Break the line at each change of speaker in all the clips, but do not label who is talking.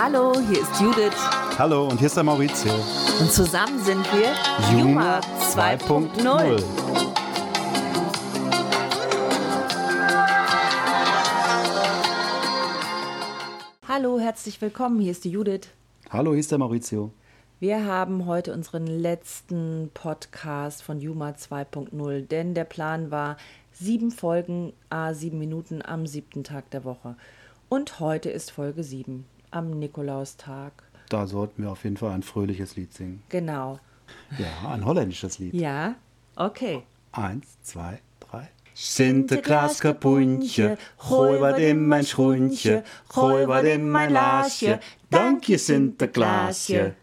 Hallo, hier ist Judith.
Hallo, und hier ist der Maurizio.
Und zusammen sind wir Juma 2.0. Hallo, herzlich willkommen, hier ist die Judith.
Hallo, hier ist der Maurizio.
Wir haben heute unseren letzten Podcast von Juma 2.0, denn der Plan war sieben Folgen, a sieben Minuten am siebten Tag der Woche. Und heute ist Folge 7 am Nikolaustag.
Da sollten wir auf jeden Fall ein fröhliches Lied singen.
Genau.
Ja, ein holländisches Lied.
Ja, okay.
Eins, zwei, drei.
Sinterklaas kapoentje, gooi wat in mijn schoentje, gooi wat in mijn laasje. Dank je Sinterklaasje.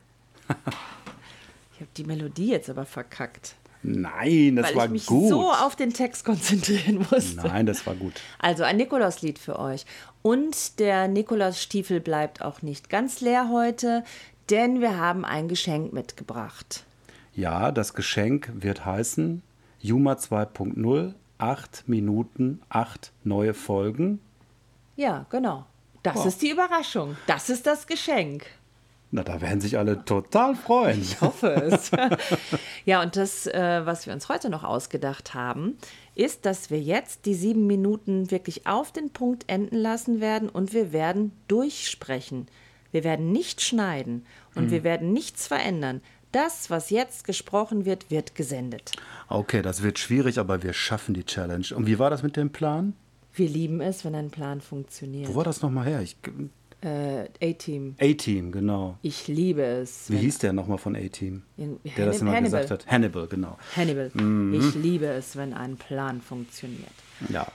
Ich habe die Melodie jetzt aber verkackt,
Nein, das
weil
war
ich mich
gut.
so auf den Text konzentrieren musste.
Nein, das war gut.
Also ein Nikolauslied für euch. Und der Nikolausstiefel bleibt auch nicht ganz leer heute, denn wir haben ein Geschenk mitgebracht.
Ja, das Geschenk wird heißen Juma 2.0, 8 Minuten, 8 neue Folgen.
Ja, genau. Das ist die Überraschung. Das ist das Geschenk.
Na, da werden sich alle total freuen.
Ich hoffe es. ja, und das, äh, was wir uns heute noch ausgedacht haben, ist, dass wir jetzt die sieben Minuten wirklich auf den Punkt enden lassen werden und wir werden durchsprechen. Wir werden nicht schneiden und
Mhm.
wir werden nichts verändern. Das, was jetzt gesprochen wird, wird gesendet.
Okay, das wird schwierig, aber wir schaffen die Challenge. Und wie war das mit dem Plan?
Wir lieben es, wenn ein Plan funktioniert.
Wo war das nochmal her? Ich-
Äh, A-Team.
A-Team, genau.
Ich liebe es.
Wie hieß der nochmal von A-Team?
In-
Der das
Hannib-
immer
Hannibal.
gesagt hat. Hannibal, genau.
Hannibal. Ich liebe es, wenn ein Plan funktioniert.
Ja.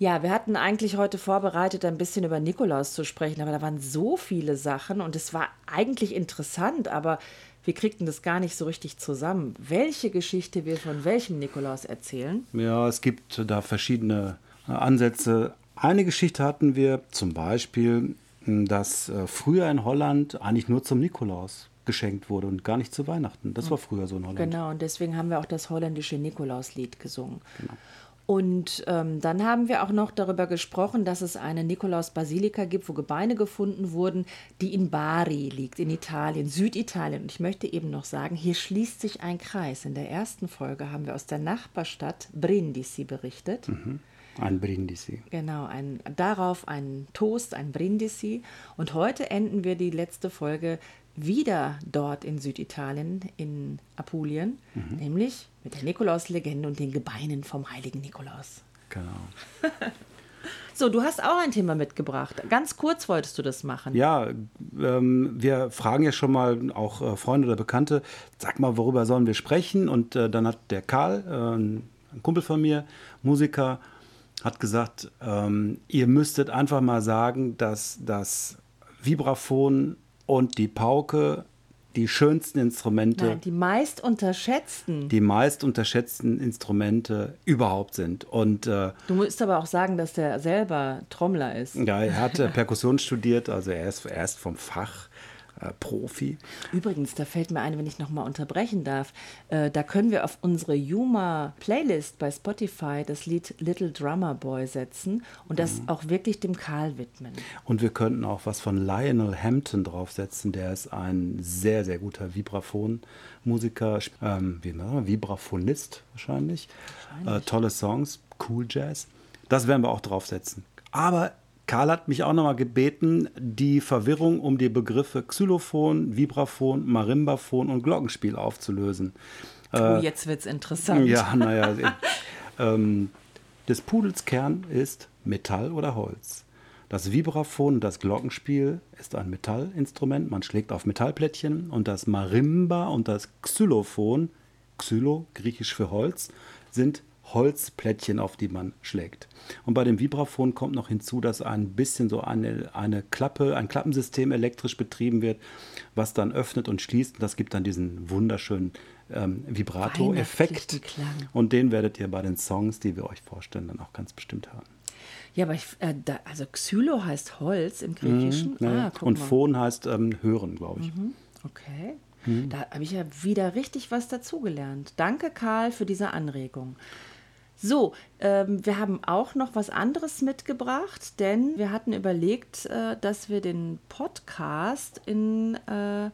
Ja, wir hatten eigentlich heute vorbereitet, ein bisschen über Nikolaus zu sprechen, aber da waren so viele Sachen und es war eigentlich interessant, aber wir kriegten das gar nicht so richtig zusammen, welche Geschichte wir von welchem Nikolaus erzählen.
Ja, es gibt da verschiedene äh, Ansätze. Eine Geschichte hatten wir zum Beispiel, mh, dass äh, früher in Holland eigentlich nur zum Nikolaus geschenkt wurde und gar nicht zu Weihnachten. Das war früher so in Holland.
Genau, und deswegen haben wir auch das holländische Nikolauslied gesungen. Und ähm, dann haben wir auch noch darüber gesprochen, dass es eine Nikolaus-Basilika gibt, wo Gebeine gefunden wurden, die in Bari liegt, in Italien, Süditalien. Und ich möchte eben noch sagen, hier schließt sich ein Kreis. In der ersten Folge haben wir aus der Nachbarstadt Brindisi berichtet.
Ein Brindisi.
Genau, ein, darauf ein Toast, ein Brindisi. Und heute enden wir die letzte Folge wieder dort in Süditalien, in Apulien, nämlich mit der Nikolaus-Legende und den Gebeinen vom heiligen Nikolaus.
Genau.
So, du hast auch ein Thema mitgebracht. Ganz kurz wolltest du das machen.
Ja, ähm, wir fragen ja schon mal auch äh, Freunde oder Bekannte, sag mal, worüber sollen wir sprechen? Und äh, dann hat der Karl, äh, ein Kumpel von mir, Musiker, hat gesagt, ähm, ihr müsstet einfach mal sagen, dass das Vibraphon und die Pauke die schönsten Instrumente,
Nein, die meist unterschätzten.
die meist unterschätzten Instrumente überhaupt sind. Und äh,
Du musst aber auch sagen, dass der selber Trommler ist.
ja, er hat äh, Perkussion studiert, also er ist, er ist vom Fach äh, Profi.
Übrigens, da fällt mir ein, wenn ich nochmal unterbrechen darf, äh, da können wir auf unsere Yuma-Playlist bei Spotify das Lied Little Drummer Boy setzen und das
Mhm.
auch wirklich dem Karl widmen.
Und wir könnten auch was von Lionel Hampton draufsetzen. Der ist ein sehr, sehr guter Vibraphon-Musiker. sp- Ähm, wie nennt man? Vibraphonist wahrscheinlich. Äh, tolle Songs, cool Jazz. Das werden wir auch draufsetzen. Aber Karl hat mich auch nochmal gebeten, die Verwirrung um die Begriffe Xylophon, Vibraphon, Marimbaphon und Glockenspiel aufzulösen.
oh, jetzt wird's interessant.
Äh, Ja, naja. eh, ähm, des Pudels Kern ist Metall oder Holz. Das Vibraphon, das Glockenspiel, ist ein Metallinstrument. Man schlägt auf Metallplättchen. Und das Marimba und das Xylophon, Xylo, griechisch für Holz, sind Holzplättchen, auf die man schlägt. Und bei dem Vibraphon kommt noch hinzu, dass ein bisschen so eine, eine Klappe, ein Klappensystem elektrisch betrieben wird, was dann öffnet und schließt. Und das gibt dann diesen wunderschönen ähm, Vibrato-Effekt.
Weihnachtlichen Klang.
Und den werdet ihr bei den Songs, die wir euch vorstellen, dann auch ganz bestimmt haben.
Ja, aber ich, äh, da, also Xylo heißt Holz im Griechischen.
Naja.
Ah, guck
Mhm, und
mal. Mhm.
Phon heißt ähm, hören, glaube ich.
Okay.
Hm.
Da habe ich ja wieder richtig was dazugelernt. Danke, Karl, für diese Anregung. So, ähm, wir haben auch noch was anderes mitgebracht, denn wir hatten überlegt, äh, dass wir den Podcast in. Äh,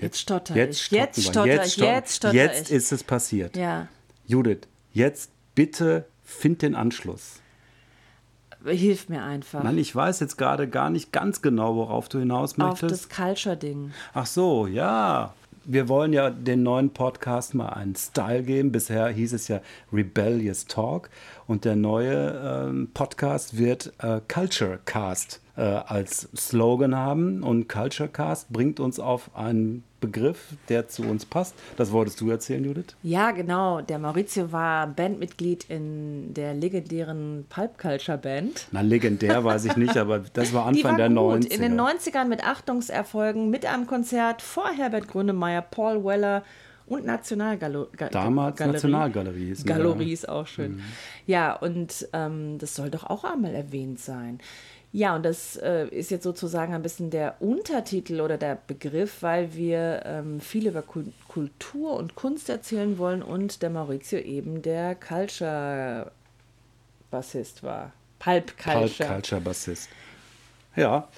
jetzt stotter
Jetzt
ich.
stottern
Jetzt
wir.
stotter
jetzt
ich.
stottern-
Jetzt stotter
Jetzt
ich.
ist es passiert.
ja.
Judith, jetzt bitte find den Anschluss.
Hilf mir einfach.
Nein, ich weiß jetzt gerade gar nicht ganz genau, worauf du hinaus
auf
möchtest.
das Culture-Ding.
Ach so, ja. Wir wollen ja den neuen Podcast mal einen Style geben. Bisher hieß es ja Rebellious Talk. Und der neue ähm, Podcast wird äh, Culture Cast äh, als Slogan haben. Und Culture Cast bringt uns auf einen Begriff, der zu uns passt. Das wolltest du erzählen, Judith?
Ja, genau. Der Maurizio war Bandmitglied in der legendären Pulp Culture Band.
Na, legendär weiß ich nicht, aber das war
Die
Anfang
war
der
gut.
90er.
In den 90ern mit Achtungserfolgen, mit einem Konzert vor Herbert Grönemeyer, Paul Weller und Nationalgalerie.
Damals Nationalgalerie hießen wir,
Galerie
ja. Mhm.
ist auch schön. Ja, und ähm, das soll doch auch einmal erwähnt sein. Ja, und das äh, ist jetzt sozusagen ein bisschen der Untertitel oder der Begriff, weil wir ähm, viel über Kul Kultur und Kunst erzählen wollen und der Maurizio eben der Culture-Bassist war. Pulp
Pulp
Culture.
Culture Bassist. Ja,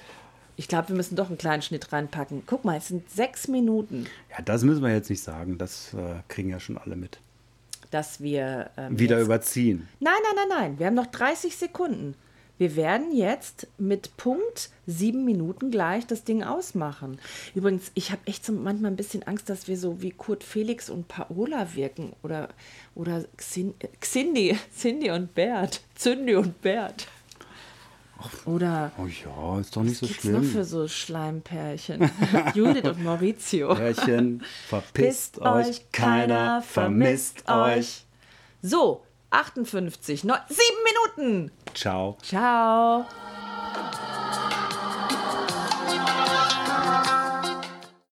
Ich glaube, wir müssen doch einen kleinen Schnitt reinpacken. Guck mal, es sind sechs Minuten,
ja, das müssen wir jetzt nicht sagen. Das äh, kriegen ja schon alle mit.
dass wir. Ähm,
Wieder
jetzt-
überziehen.
Nein, nein, nein, nein. Wir haben noch 30 Sekunden. Wir werden jetzt mit Punkt sieben Minuten gleich das Ding ausmachen. Übrigens, ich habe echt so manchmal ein bisschen Angst, dass wir so wie Kurt Felix und Paola wirken oder, oder Xin, äh, Xindi, Cindy und Bert, Zündi und Bert. Oder
Oh ja, ist doch nicht so
gibt's noch
schlimm.
für so Schleimpärchen? Judith und Maurizio.
Pärchen, verpisst
Pisst
euch, keiner vermisst euch.
So, 58, neun- sieben Minuten.
Ciao.
Ciao.